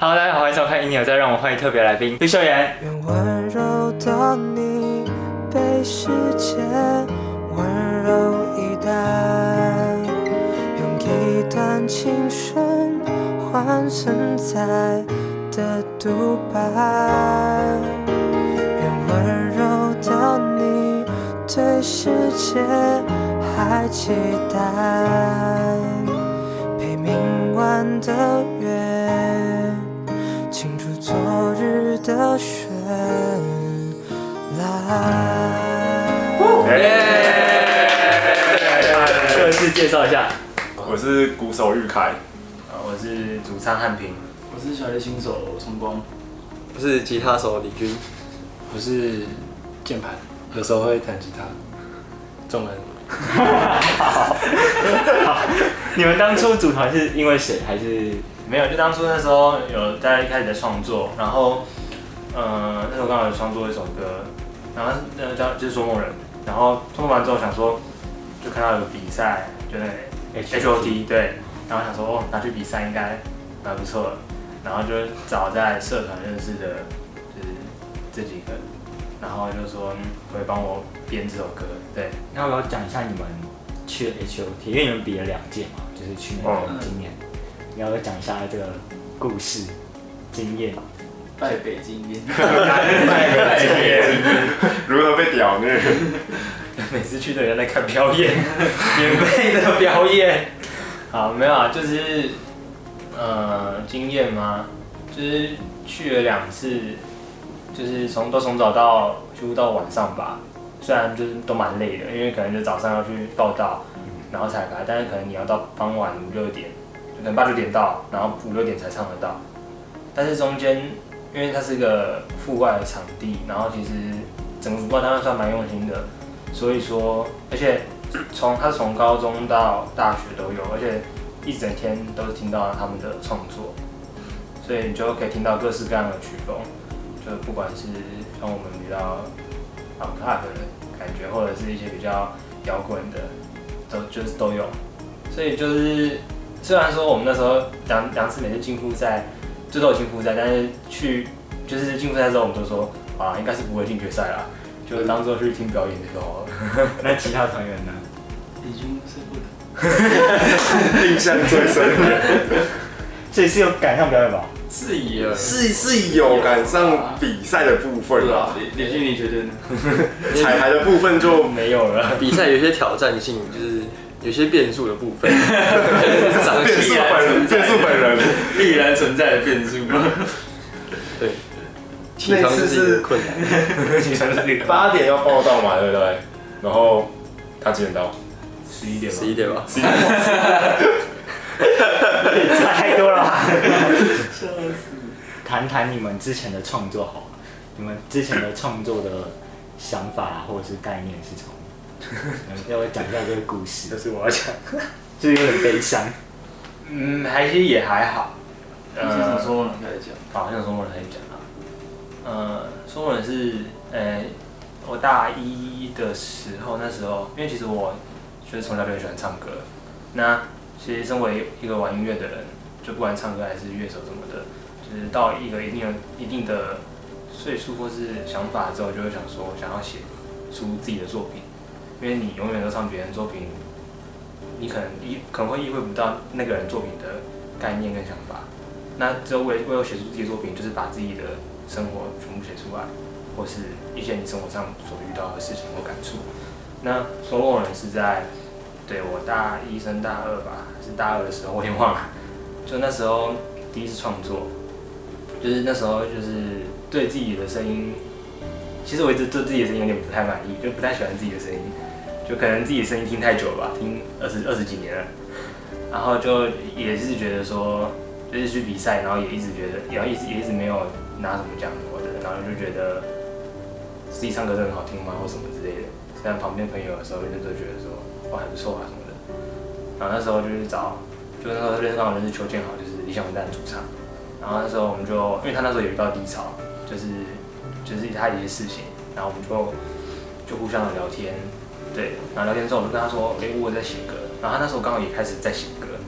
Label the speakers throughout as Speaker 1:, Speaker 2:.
Speaker 1: Hello，大家好，欢迎收看《一年有在》，让我们欢迎特别来宾吕秀妍。
Speaker 2: 愿温柔的你被世界温柔以待，用一段青春换存在的独白。愿温柔的你对世界还期待，陪明晚的月。清除昨日的绚烂。
Speaker 1: 耶！各自介绍一下。
Speaker 3: 我是鼓手玉凯，
Speaker 4: 啊我是主唱汉平，我是小提琴手崇光，
Speaker 5: 我是吉他手李军，
Speaker 4: 我是键盘，有时候会弹吉他，中文
Speaker 1: 你们当初组团是因为谁？还是
Speaker 4: 没有，就当初那时候有大家一开始在创作，然后呃那时候刚好有创作一首歌，然后那个叫就是说梦人，然后创作完之后想说，就看到有比赛，就那个 H O T 对，然后想说哦拿去比赛应该蛮不错的，然后就找在社团认识的，就是这几个，然后就说嗯会帮我编这首歌，对，
Speaker 1: 那要不要讲一下你们去 HOT？因为你们比了两届嘛，就是去年
Speaker 3: 嗯
Speaker 1: 跟今年。你要不要讲一下这个故事经 验？
Speaker 6: 败北经验，
Speaker 3: 如何被屌虐？
Speaker 4: 每次去都有人在看表演，免费的表演。好，没有啊，就是呃经验吗？就是去了两次，就是从都从早到几乎到晚上吧。虽然就是都蛮累的，因为可能就早上要去报道，然后彩排，但是可能你要到傍晚五六点，就可能八九点到，然后五六点才唱得到。但是中间，因为它是个户外的场地，然后其实整个主办单位算蛮用心的，所以说，而且从他从高中到大学都有，而且一整天都听到他们的创作，所以你就可以听到各式各样的曲风，就不管是像我们比较 u n p l u g 的感觉，或者是一些比较摇滚的，都就是都有。所以就是虽然说我们那时候两两次每次进复赛，最后进复赛，但是去就是进复赛之后，我们就说啊，应该是不会进决赛啦。就当做去听表演的时候，
Speaker 1: 那其他团员呢？
Speaker 6: 已经是不能。
Speaker 3: 印象最深的
Speaker 1: 所以是有赶上表演吧？
Speaker 6: 是以了，
Speaker 3: 是是有赶上比赛的部分
Speaker 6: 对啊
Speaker 3: 啦，。
Speaker 6: 李李俊，你觉得 呢？
Speaker 3: 彩排的部分就
Speaker 4: 没有了。
Speaker 5: 比赛有些挑战性，就是有些变数的部分，长
Speaker 3: 变
Speaker 5: 期
Speaker 3: 数 本 人，变数本人。
Speaker 6: 必然存在的变数。
Speaker 5: 对起床是一个困难，
Speaker 3: 八点要报到嘛，对不对？然后他几点到？
Speaker 4: 十一点吗
Speaker 5: 十？一点吧，
Speaker 1: 差太多了吧？谈谈你们之前的创作好了，你们之前的创作的想法、或者是概念是从， 嗯要不要讲一下这个故事？就是我要讲，就是有点悲伤。
Speaker 4: 嗯，还是也还好。
Speaker 3: 呃
Speaker 6: 你呃是想，说呢？开始讲。
Speaker 4: 好像说文可以讲啊。呃，说文是，呃，我大一的时候，那时候，因为其实我就是从小就很喜欢唱歌。那其实身为一个玩音乐的人，就不管唱歌还是乐手什么的，就是到一个一定的一定的岁数或是想法之后，就会想说想要写出自己的作品，因为你永远都唱别人作品，你可能意可能会意会不到那个人作品的概念跟想法。那只有为为了写出自己的作品，就是把自己的生活全部写出来，或是一些你生活上所遇到的事情或感触。那 solo 人是在对我大一升大二吧，还是大二的时候，我有点忘了。就那时候第一次创作，就是那时候就是对自己的声音，其实我一直对自己的声音有点不太满意，就不太喜欢自己的声音，就可能自己的声音听太久了吧，听二十二十几年了，然后就也是觉得说，就是去比赛，然后也一直觉得，然后一直也一直没有拿什么奖什么的，然后就觉得自己唱歌真的很好听吗，或什么之类的。但旁边朋友的时候，就都觉得说，哇还不错啊什么的。然后那时候就是找，就那时候认识到的人是邱建豪，就是理想混蛋主唱。然后那时候我们就，因为他那时候也遇到低潮，就是就是他一些事情，然后我们就就互相的聊天，对，然后聊天之后我就跟他说，哎、我有在写歌，然后他那时候刚好也开始在写歌，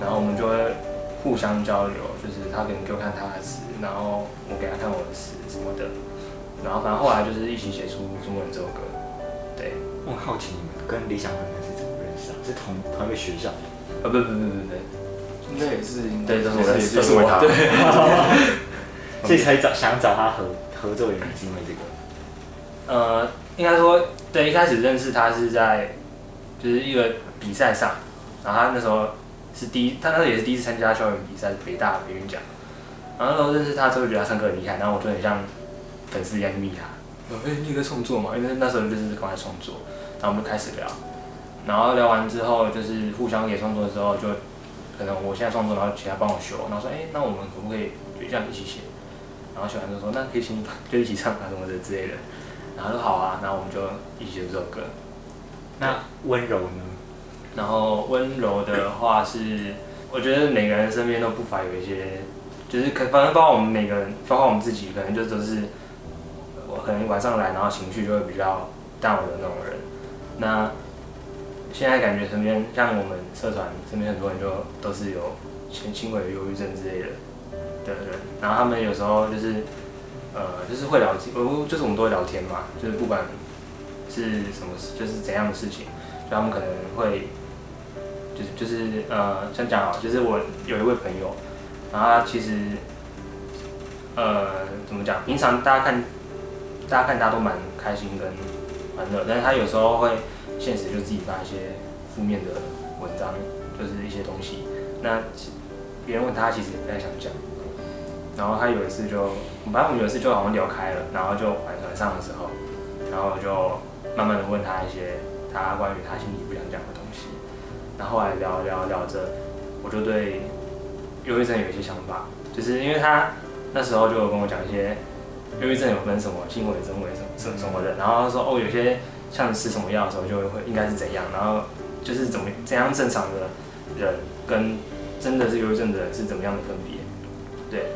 Speaker 4: 然后我们就会互相交流，就是他可能给我看他的诗，然后我给他看我的诗什么的，然后反正后来就是一起写出《中国人》这首歌。对，
Speaker 1: 我很好奇你们跟理想混蛋是怎么认识啊？是同同一个学校的？
Speaker 4: 呃，不不不不不，
Speaker 6: 应该也是，应该
Speaker 4: 对，都是我
Speaker 3: 都
Speaker 4: 的
Speaker 3: 是
Speaker 4: 诗，
Speaker 3: 都是我
Speaker 1: 所
Speaker 4: 对，
Speaker 1: 以才找想找他合合作，原因是因为这个。
Speaker 4: 呃，应该说，对，一开始认识他是在就是一个比赛上，然后他那时候是第一，他那时候也是第一次参加校园比赛，是北大北运奖。然后那时候认识他之后，觉得他唱歌很厉害，然后我就很像粉丝一样去密他，我说：“哎、你有在创作嘛？”因为那时候就是刚才创作，然后我们就开始聊，然后聊完之后就是互相给创作之后，就可能我现在创作，然后请他帮我修，然后说：“哎、那我们可不可以就这样一起写？”然后写完就说：“那可以请你 就一起唱啊什么的之类的。”然后说好啊，然后我们就一起写这首歌。
Speaker 1: 那温柔呢？
Speaker 4: 然后温柔的话是，我觉得每个人身边都不乏有一些，就是可反正包括我们每个人，包括我们自己，可能就都是，我可能晚上来，然后情绪就会比较 down 的那种人。那现在感觉身边像我们社团身边很多人就都是有轻轻微的忧郁症之类的的人，然后他们有时候就是呃就是会聊天，呃就是我们都会聊天嘛，就是不管是什么事，就是怎样的事情，就他们可能会就是就是呃，像讲啊，就是我有一位朋友，然后他其实呃怎么讲，平常大家看大家看他都蛮开心跟欢乐，但是他有时候会现实就自己发一些负面的文章，就是一些东西，那其别人问他其实也不太想讲。然后他有一次就，反正我们有一次就好像聊开了，然后就晚晚上的时候，然后就慢慢的问他一些他关于他心里不想讲的东西，然后后来聊聊聊着，我就对忧郁症有一些想法，就是因为他那时候就有跟我讲一些忧郁症有分什么轻微、中微、什么什么什么的，然后他说哦，有些像吃什么药的时候就会应该是怎样，然后就是怎么怎样正常的人跟真的是忧郁症的人是怎么样的分别，对。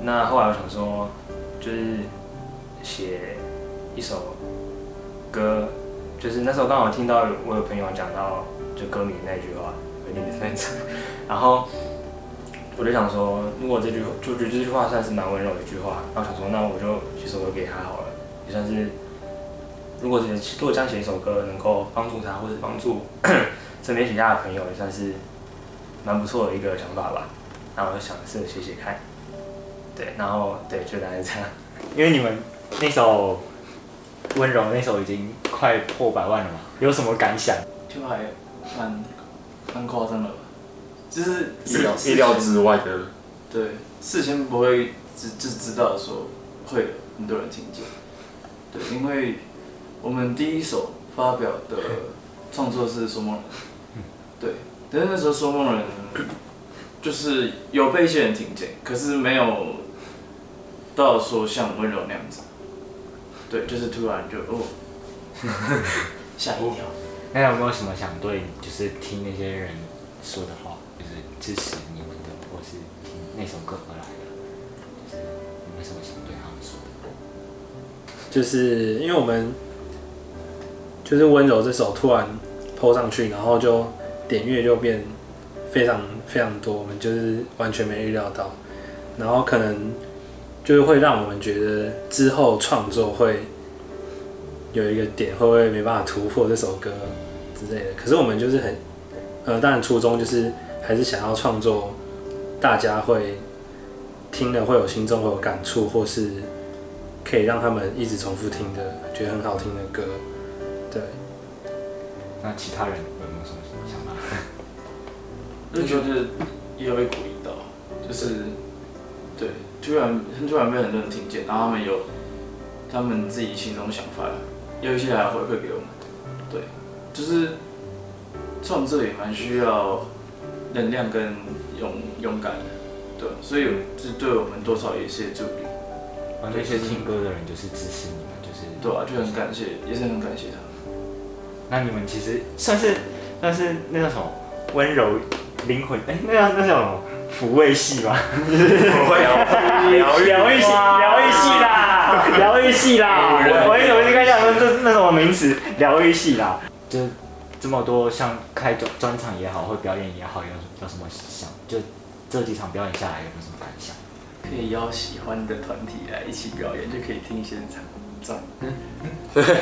Speaker 4: 那后来我想说，就是写一首歌，就是那时候刚好听到有我有朋友讲到就歌名那句话，有点那种，然后我就想说，如果这句就觉得这句话算是蛮温柔的一句话，然后想说那我就写首歌给他好了，也算是如果写如果这样写一首歌能够帮助他，或者帮助 身边其他的朋友，也算是蛮不错的一个想法吧。然后我就想试着写写看，对，然后对，就大概这样。
Speaker 1: 因为你们那首温柔那首已经快破百万了嘛，有什么感想？
Speaker 6: 就还蛮蛮夸张的吧，就是
Speaker 3: 意料意料之外的，
Speaker 6: 对，事先不会知就知道说会有很多人听见，对，因为我们第一首发表的创作是《说梦人》，对，但是那时候《说梦人》就是有被一些人听见，可是没有到说像温柔那样子，对，就是突然就哦，吓一跳。
Speaker 1: 那哎有没有什么想对就是听那些人说的话，就是支持你们的，或是听那首歌而来的，就是有没有什么想对他们说的？
Speaker 5: 就是因为我们就是温柔这首突然抛上去，然后就点阅就变非常非常多，我们就是完全没预料到，然后可能就是会让我们觉得之后创作会有一个点会不会没办法突破这首歌之类的。可是我们就是很呃，当然初衷就是还是想要创作，大家会听了会有心中会有感触，或是。可以让他们一直重复听的，觉得很好听的歌。对，
Speaker 1: 那其他人有没有什么想法？
Speaker 6: 就觉得也有被鼓励到，就是对，突然突然被很多人听见，然后他们有他们自己心中想法，有一些还回馈给我们，对，就是创作也蛮需要能量跟勇勇敢的，对，所以这对我们多少有一些助力，
Speaker 1: 啊，那些听歌的人就是支持你们，就是
Speaker 6: 对啊，就很感谢，也是很感谢他。
Speaker 1: 那你们其实算是算是那叫什么温柔灵魂？哎、那叫那叫什么抚慰系吧？疗愈疗愈系疗愈系啦， 疗愈系啦！我我一我一开始想说这那什么名词，疗愈系啦，就是这么多像开专专场也好，或表演也好，有有什么想就这几场表演下来有没有什么感
Speaker 6: 可以邀喜欢的团体来一起表演，就可以听现场。这样，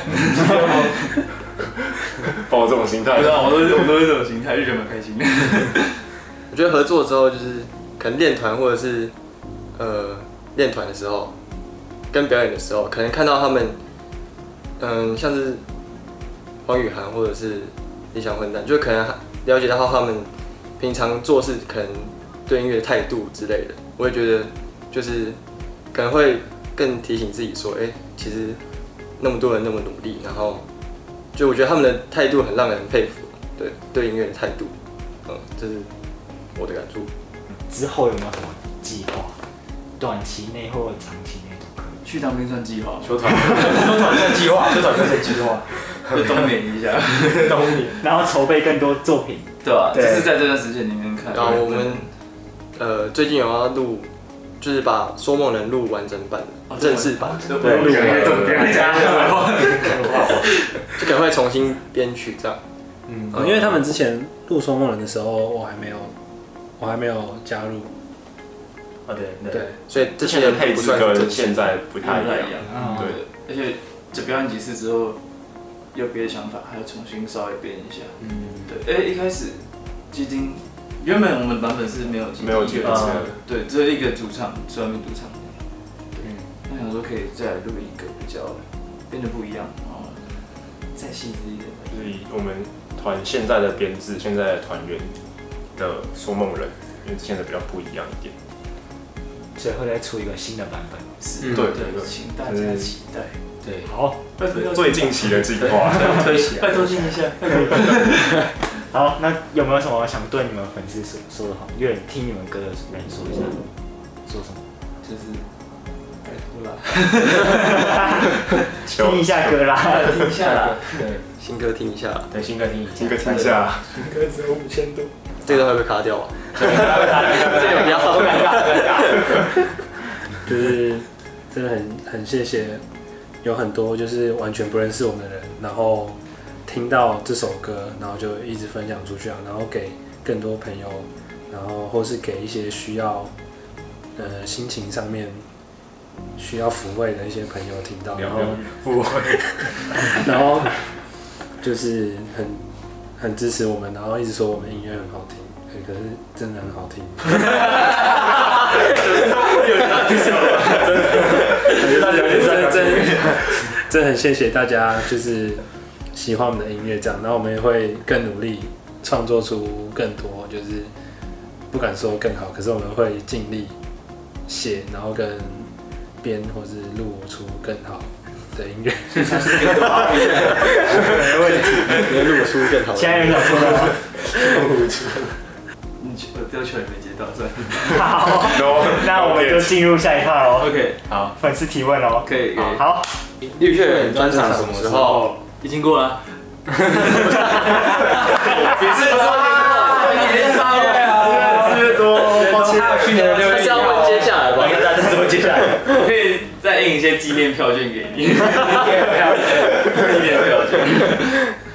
Speaker 3: 抱这种心态
Speaker 6: 不知，啊道，我都是我都是这种心态，就觉得蛮开心的。
Speaker 7: 我觉得合作之后，就是可能练团或者是呃练团的时候，跟表演的时候，可能看到他们，嗯、像是黄雨涵或者是理想混蛋，就可能了解到他们平常做事可能对音乐的态度之类的，我也觉得就是可能会更提醒自己说，哎、其实那么多人那么努力，然后就我觉得他们的态度很让人佩服，对对音乐的态度，嗯，这是我的感触。
Speaker 1: 之后有没有什么计划？短期内或长期内都可以。
Speaker 6: 去当兵算计划吗？
Speaker 3: 球团，球团在
Speaker 1: 哦
Speaker 3: 计划，球团在计划，
Speaker 6: 就冬眠一下，
Speaker 1: 然后筹备更多作品。
Speaker 6: 对吧？
Speaker 1: 对
Speaker 6: 就是在这段时间里面看。
Speaker 7: 然后我们呃最近有要录，就是把《说梦人》录完整版
Speaker 6: 哦
Speaker 7: 的正式版，
Speaker 6: 都不用
Speaker 1: 对
Speaker 6: 讲那种别人家的话，
Speaker 7: 就可能会重新编曲这样。
Speaker 1: 嗯，
Speaker 5: 嗯因为他们之前录《双梦人》的时候，我还没有，我还没有加入。
Speaker 4: 啊，对
Speaker 5: 对
Speaker 4: 对，，
Speaker 7: 所以这
Speaker 3: 之前
Speaker 7: 些
Speaker 3: 的配
Speaker 7: 不
Speaker 3: 置
Speaker 7: 算是
Speaker 3: 跟
Speaker 7: 正式
Speaker 3: 现。在不
Speaker 6: 不
Speaker 3: 太
Speaker 6: 太一
Speaker 3: 一样，
Speaker 6: 样。
Speaker 1: 嗯
Speaker 3: 对，
Speaker 6: 而且只表演几次之后，有别的想法，还要重新稍微编一下。
Speaker 1: 嗯，
Speaker 6: 对，哎、一开始基金原本我们版本是没有基金
Speaker 3: 没有觉
Speaker 6: 乐
Speaker 3: 得
Speaker 6: 团
Speaker 3: 这
Speaker 4: 啊
Speaker 3: 样
Speaker 6: 对，只有一个主唱，虽然没主唱。对，那想说可以再来录一个比较变得不一样，然后再细致一点。
Speaker 3: 就是以我们团现在的编制、现在的团员的说梦人，因为之前的比较不一样一点。
Speaker 1: 所以会再出一个新的版本。
Speaker 6: 是
Speaker 3: 对对
Speaker 6: 对，
Speaker 3: 对
Speaker 6: 请大家期待。
Speaker 1: 好，
Speaker 6: 拜托要
Speaker 3: 最近期的计划，
Speaker 4: 推起
Speaker 6: 拜托听一下，
Speaker 1: 好，那有没有什么想对你们粉丝说说的好？因为听你们歌的人说一下，说什么？
Speaker 6: 就是拜托啦，
Speaker 3: 求
Speaker 1: 听一下歌 啦。
Speaker 6: 听一下啦。
Speaker 4: 对
Speaker 7: 新歌听一下，
Speaker 4: 对，新歌听一下
Speaker 3: 听个听一下，
Speaker 7: 这个会不会卡掉啊？这个不要。
Speaker 5: 就是真的很很谢谢，有很多就是完全不认识我们的人，然后听到这首歌，然后就一直分享出去啊，然后给更多朋友，然后或是给一些需要呃心情上面需要抚慰的一些朋友听到，然后 然后就是很很支持我们，然后一直说我们音乐很好听，对可是真的很好听。真真 真很谢谢大家，就是喜欢我们的音乐这样，然后我们也会更努力创作出更多，就是不敢说更好，可是我们会尽力写，然后跟编或是录出更好的音乐。
Speaker 7: 你录出更好的。
Speaker 1: 现在有想说的吗？
Speaker 6: 你球，我丢球也没接到，算了。
Speaker 1: 好，那我们就进入下一趴 喽，
Speaker 6: OK，好，
Speaker 1: 粉丝提问喽。
Speaker 6: 可以，可以。
Speaker 1: 好，
Speaker 7: 绿雀人专场什么时候？
Speaker 6: 已经过了。
Speaker 7: 也是
Speaker 3: 四月多，抱歉，
Speaker 6: 去年的六
Speaker 7: 还是要问接下来吧。
Speaker 6: 我可以再印一些纪念票券给你。纪念票券。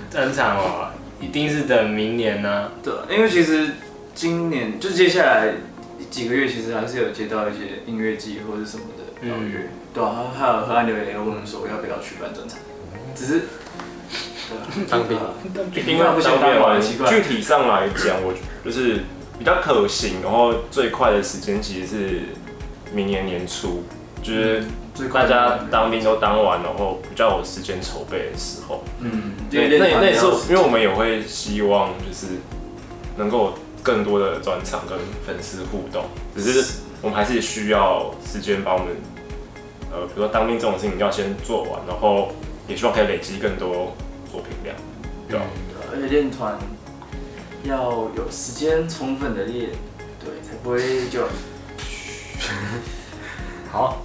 Speaker 4: 专场哦，一定是等明年呢。
Speaker 6: 对，因为其实今年就接下来几个月，其实还是有接到一些音乐季或者什么的邀约。对啊，还有河岸留言也问我们说要不要举办专场，只是。对啊
Speaker 7: 当兵
Speaker 6: 对啊
Speaker 3: 因为不想当完，具体上来讲，我就是比较可行，然后最快的时间其实是明年年初，就是
Speaker 1: 嗯
Speaker 6: 最快
Speaker 3: 大
Speaker 6: 的
Speaker 3: 家当兵都当完，然后比较有时间筹备的时候。
Speaker 6: 嗯，
Speaker 3: 那
Speaker 6: 练
Speaker 3: 那
Speaker 6: 团
Speaker 3: 那也是
Speaker 6: 要
Speaker 3: 因为我们也会希望就是能够有更多的转场跟粉丝互动，只是我们还是需要时间把我们呃，比如说当兵这种事情要先做完，然后也希望可以累积更多作品量，对吧、
Speaker 6: 而且练团要有时间充分的练，对，才不会就呃
Speaker 1: 好，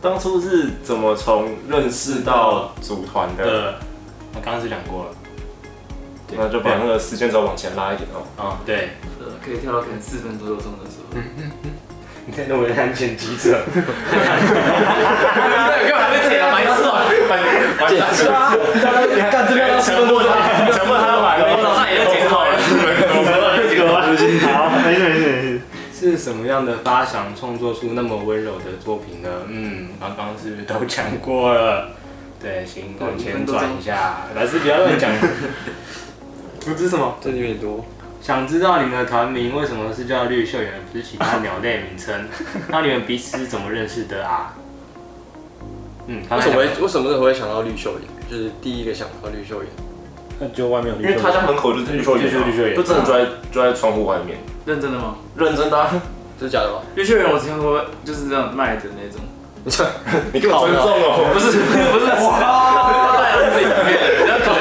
Speaker 3: 当初是怎么从认识到组团的？
Speaker 4: 呃，我刚刚是讲过了。对
Speaker 3: 那就把那个时间轴往前拉一点哦。
Speaker 4: 啊， 对，
Speaker 6: 呃可以跳到可能四分多钟的时候。
Speaker 1: 你在弄我的安全机制。
Speaker 6: 干嘛被 剪啊？白痴啊！
Speaker 1: 干这边要
Speaker 3: 强迫他，强迫他玩，
Speaker 6: 我脑上也在剪好了。
Speaker 1: 好，没事没事没事。
Speaker 4: 是什么样的发想创作出那么温柔的作品呢？嗯，刚刚是不是都讲过了？ 对，行，往前转一下，老师不要乱讲。 不知什么？
Speaker 7: 这有点多。
Speaker 4: 想知道你们的团名为什么是叫绿袖猿，不是其他鸟类名 称？那你们彼此是怎么认识的啊？嗯，他
Speaker 7: 为
Speaker 4: 在
Speaker 7: 什么
Speaker 4: 讲
Speaker 7: 会为什么会想到绿袖眼？就是第一个想到绿袖眼。
Speaker 5: 那就外面有
Speaker 3: 因为
Speaker 5: 绿
Speaker 3: 他
Speaker 5: 洲，
Speaker 3: 家门口就是绿秀
Speaker 4: 就是绿袖
Speaker 3: 园
Speaker 4: 园
Speaker 3: 啊，都真的坐在坐在窗户外面，
Speaker 6: 认真的吗？
Speaker 3: 认真的啊，
Speaker 7: 这是假的吗？
Speaker 6: 绿秀园我只看过就是这样卖的那 种，
Speaker 3: 你给我尊重哦，
Speaker 6: 不是不是，在笼子里面，不要搞，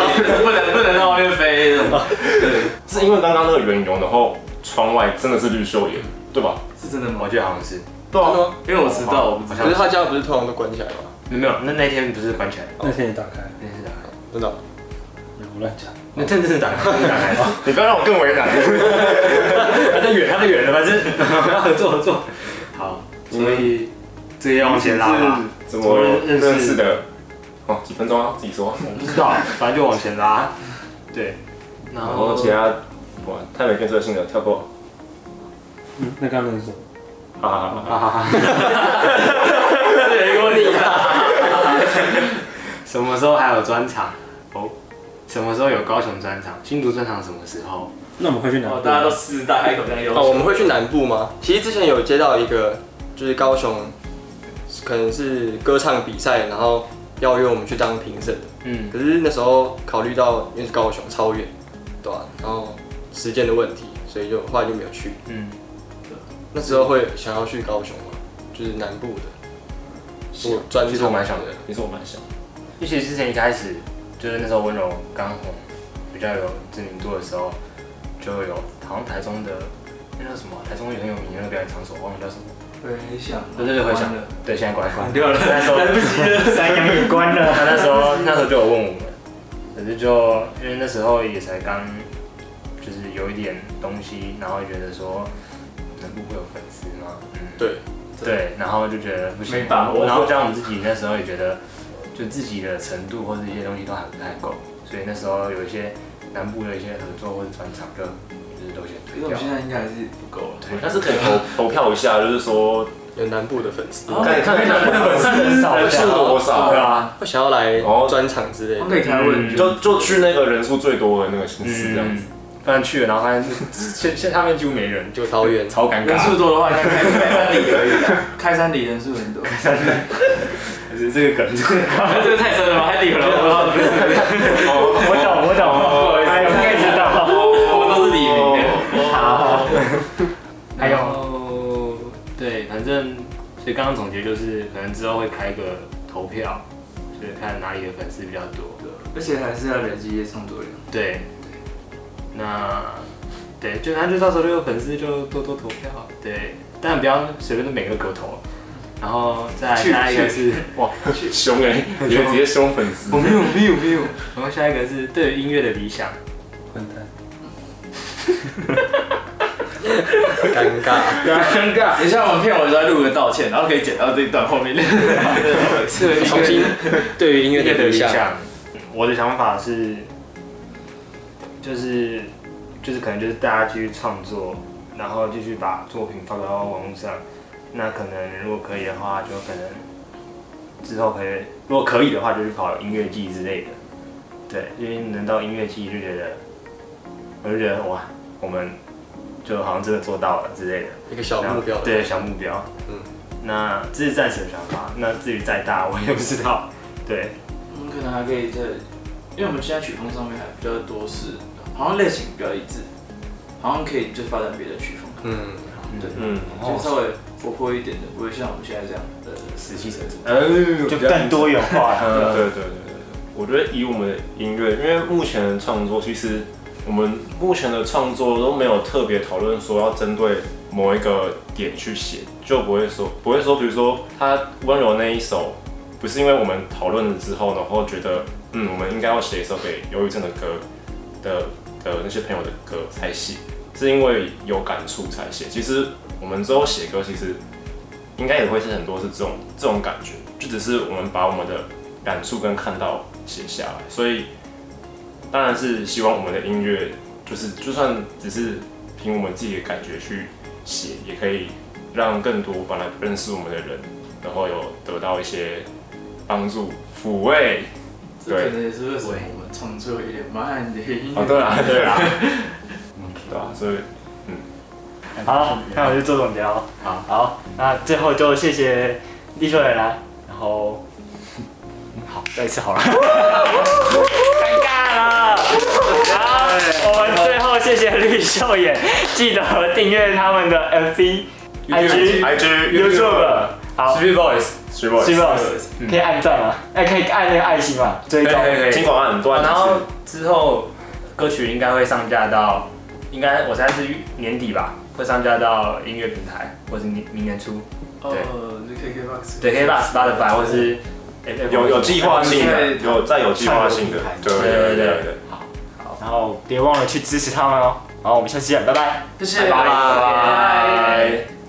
Speaker 6: 不能不能让外面飞那 种。对，
Speaker 3: 是因为刚刚那个圆游，然后窗外真的是绿秀园，对吧？
Speaker 6: 是真的吗
Speaker 4: 我？记得好像是，
Speaker 3: 对啊
Speaker 7: 真的吗？
Speaker 6: 因为我知道，我不知道
Speaker 7: 可是他家不是通常都关起来吗？
Speaker 4: 没有，那那天不是关起来，
Speaker 5: 那天也打开，
Speaker 4: 那天是打开，
Speaker 7: 真的哦。
Speaker 5: 嗯我乱讲。
Speaker 4: 那真的是打开，真的打开。
Speaker 3: 你不要让我更为 难。
Speaker 4: 他在远，他在远了，反 正合作合作。好，所以这个要往前拉吧。
Speaker 3: 怎么认识的？哦，几分钟啊，自己说。
Speaker 4: 我不知道，反正就往前拉。对，哦然
Speaker 3: 然后
Speaker 4: 后
Speaker 3: 其他，哇，太没建设性了，跳过。
Speaker 5: 嗯，那刚刚那是什么？
Speaker 3: 哈哈哈哈。
Speaker 4: 什么时候还有专场？哦，什么时候有高雄专场？新竹专场什么时候？
Speaker 5: 那我们会去哪
Speaker 6: 哦
Speaker 5: 里？
Speaker 6: 大家都狮子大开口这样要
Speaker 7: 哦，我
Speaker 6: 求。
Speaker 7: 们会去南部吗？其实之前有接到一个，就是高雄，可能是歌唱比赛，然后邀约我们去当评审。
Speaker 4: 嗯，
Speaker 7: 可是那时候考虑到因为是高雄超远，对吧、啊然后时间的问题，所以就后来就没有去。
Speaker 4: 嗯，
Speaker 7: 那时候会想要去高雄吗？就是南部的，
Speaker 3: 是
Speaker 7: 我专
Speaker 4: 其实我
Speaker 7: 注
Speaker 4: 蛮想的。
Speaker 3: 你说我蛮想，
Speaker 4: 尤其是之前一开始，就是那时候温柔刚红，比较有知名度的时候，就有好像台中的那叫什么？啊台中有很有名的那个表演场所，忘了叫什么。
Speaker 6: 回想，
Speaker 4: 哦对对对，回想
Speaker 6: 完了，
Speaker 4: 对，现在关关掉了， 那时候来不及了，三羊也关了。他那时候那时候就有问我们，可是就因为那时候也才刚，就是有一点东西，然后觉得说，能不会有粉丝吗？嗯，
Speaker 7: 对，
Speaker 4: 对，然后就觉得不行，
Speaker 6: 没把握
Speaker 4: 然后加上我们自己那时候也觉得，就自己的程度或者一些东西都还不太够，所以那时候有一些南部的一些合作或者转场就就是都先
Speaker 6: 可是我
Speaker 4: 推掉
Speaker 6: 们。现在应该还是不够了。
Speaker 4: 对
Speaker 3: 但是可以投投票一下，就 是说，
Speaker 7: 有南部的粉丝，
Speaker 6: 哦
Speaker 3: 看你看看
Speaker 6: 可以
Speaker 3: 看
Speaker 4: 很少
Speaker 3: 人数多啊
Speaker 4: 对
Speaker 3: 少，
Speaker 4: 啊，
Speaker 7: 会想要来
Speaker 3: 哦
Speaker 7: 专场之类
Speaker 6: 我
Speaker 7: 的
Speaker 6: 们。可以开问
Speaker 4: 嗯
Speaker 6: 卷，
Speaker 3: 就就去那个人数最多的那个形式这样
Speaker 4: 嗯
Speaker 3: 子。，
Speaker 4: 不然去了，然后发现 现现下面几乎没人，
Speaker 7: 就桃园，
Speaker 4: 超尴
Speaker 6: 人
Speaker 4: 尬
Speaker 6: 数。
Speaker 3: 嗯
Speaker 6: 多的话，应该开开山里可以，开山里人数很多。
Speaker 4: 是这个梗，
Speaker 6: 这个太深了吧？太 deep 了，
Speaker 4: 我懂，我懂，我大概知道。
Speaker 6: 我们都是李明的。
Speaker 4: 好，
Speaker 3: 哎
Speaker 4: 还有，对，反正所以刚刚总结就是，可能之后会开个投票，就是看哪里的粉丝比较多。
Speaker 6: 而且还是要累积一些创作量。
Speaker 4: 对，那对，就他就到时候就有粉丝就多多投票，对，但不要随便都每个狗投。然后再来下一个是 哇，
Speaker 3: 凶哎，你们直接凶粉丝
Speaker 4: 我。没有没有没有。然后下一个是对于音乐的理想，
Speaker 5: 混蛋，
Speaker 7: 尴尬。
Speaker 4: 尴尬。
Speaker 6: 等一下我们片尾都要录个道歉，然后可以剪到这一段后面。
Speaker 4: 对于
Speaker 7: 重新对于音乐
Speaker 4: 音乐
Speaker 7: 的
Speaker 4: 的
Speaker 7: 理
Speaker 4: 理
Speaker 7: 想，
Speaker 4: 想，我的想法是，就是就是可能就是大家继续创作，然后继续把作品发表到网络上。那可能如果可以的话，就可能之后可以，如果可以的话，就去跑音乐季之类的。对，因为能到音乐季就觉得，我就觉得哇，我们就好像真的做到了之类的。
Speaker 7: 一个小目标的。
Speaker 4: 对，小目标。
Speaker 7: 嗯
Speaker 4: 嗯，那这是暂时的想法，那至于再大我也不知道。对，
Speaker 6: 我们可能还可以在，因为我们现在曲风上面还比较多是，好像类型比较一致，好像可以就发展别的曲风，
Speaker 7: 嗯，
Speaker 6: 对，
Speaker 3: 嗯，
Speaker 6: 就稍微活泼一点的，不会像我们现在这样，呃，
Speaker 4: 死气沉沉，
Speaker 3: 呃，
Speaker 4: 就更多元化了。
Speaker 3: 嗯，对对对对对，我觉得以我们的音乐，因为目前的创作，其实我们目前的创作都没有特别讨论说要针对某一个点去写，就不会说不会说，比如说他温柔那一首，不是因为我们讨论了之后，然后觉得嗯，我们应该要写一首给忧郁症的歌的的那些朋友的歌才写，是因为有感触才写。其实我们之后写歌，其实应该也会是很多是这种这种感觉，就只是我们把我们的感触跟看到写下来。所以当然是希望我们的音乐，就是就算只是凭我们自己的感觉去写，也可以让更多本来不认识我们的人，然后有得到一些帮助抚慰。
Speaker 6: 这可能也是为什么我们创作有点慢的原因。
Speaker 3: 哦，对啦， 对啦，对啊，所以
Speaker 1: 好，那我就做总结哦。
Speaker 3: 好
Speaker 1: 好，那最后就谢谢立秋来啦，然后嗯好，再一次好了，尴尬了。然后我们最后谢谢绿秀眼，记得订阅他们的 FB、IG、
Speaker 3: IG、
Speaker 1: YouTube。好
Speaker 3: Street Boys，Street Boys，
Speaker 1: s u p e 可以按赞吗？哎，可以按那个爱心嘛，追踪。
Speaker 3: 金广案很多，啊
Speaker 4: 然后之后歌曲应该会上架到，应该我猜是年底吧，会上架到音乐平台，或是明明年初，
Speaker 6: 哦，就 KKBOX。
Speaker 4: 对，可以把 Spotify 或是
Speaker 3: 有有计划性的，有再有计划性的，对对对对对。
Speaker 1: 然后别忘了去支持他们哦。好，我们下期见，拜拜。
Speaker 6: 谢谢，
Speaker 4: 拜拜。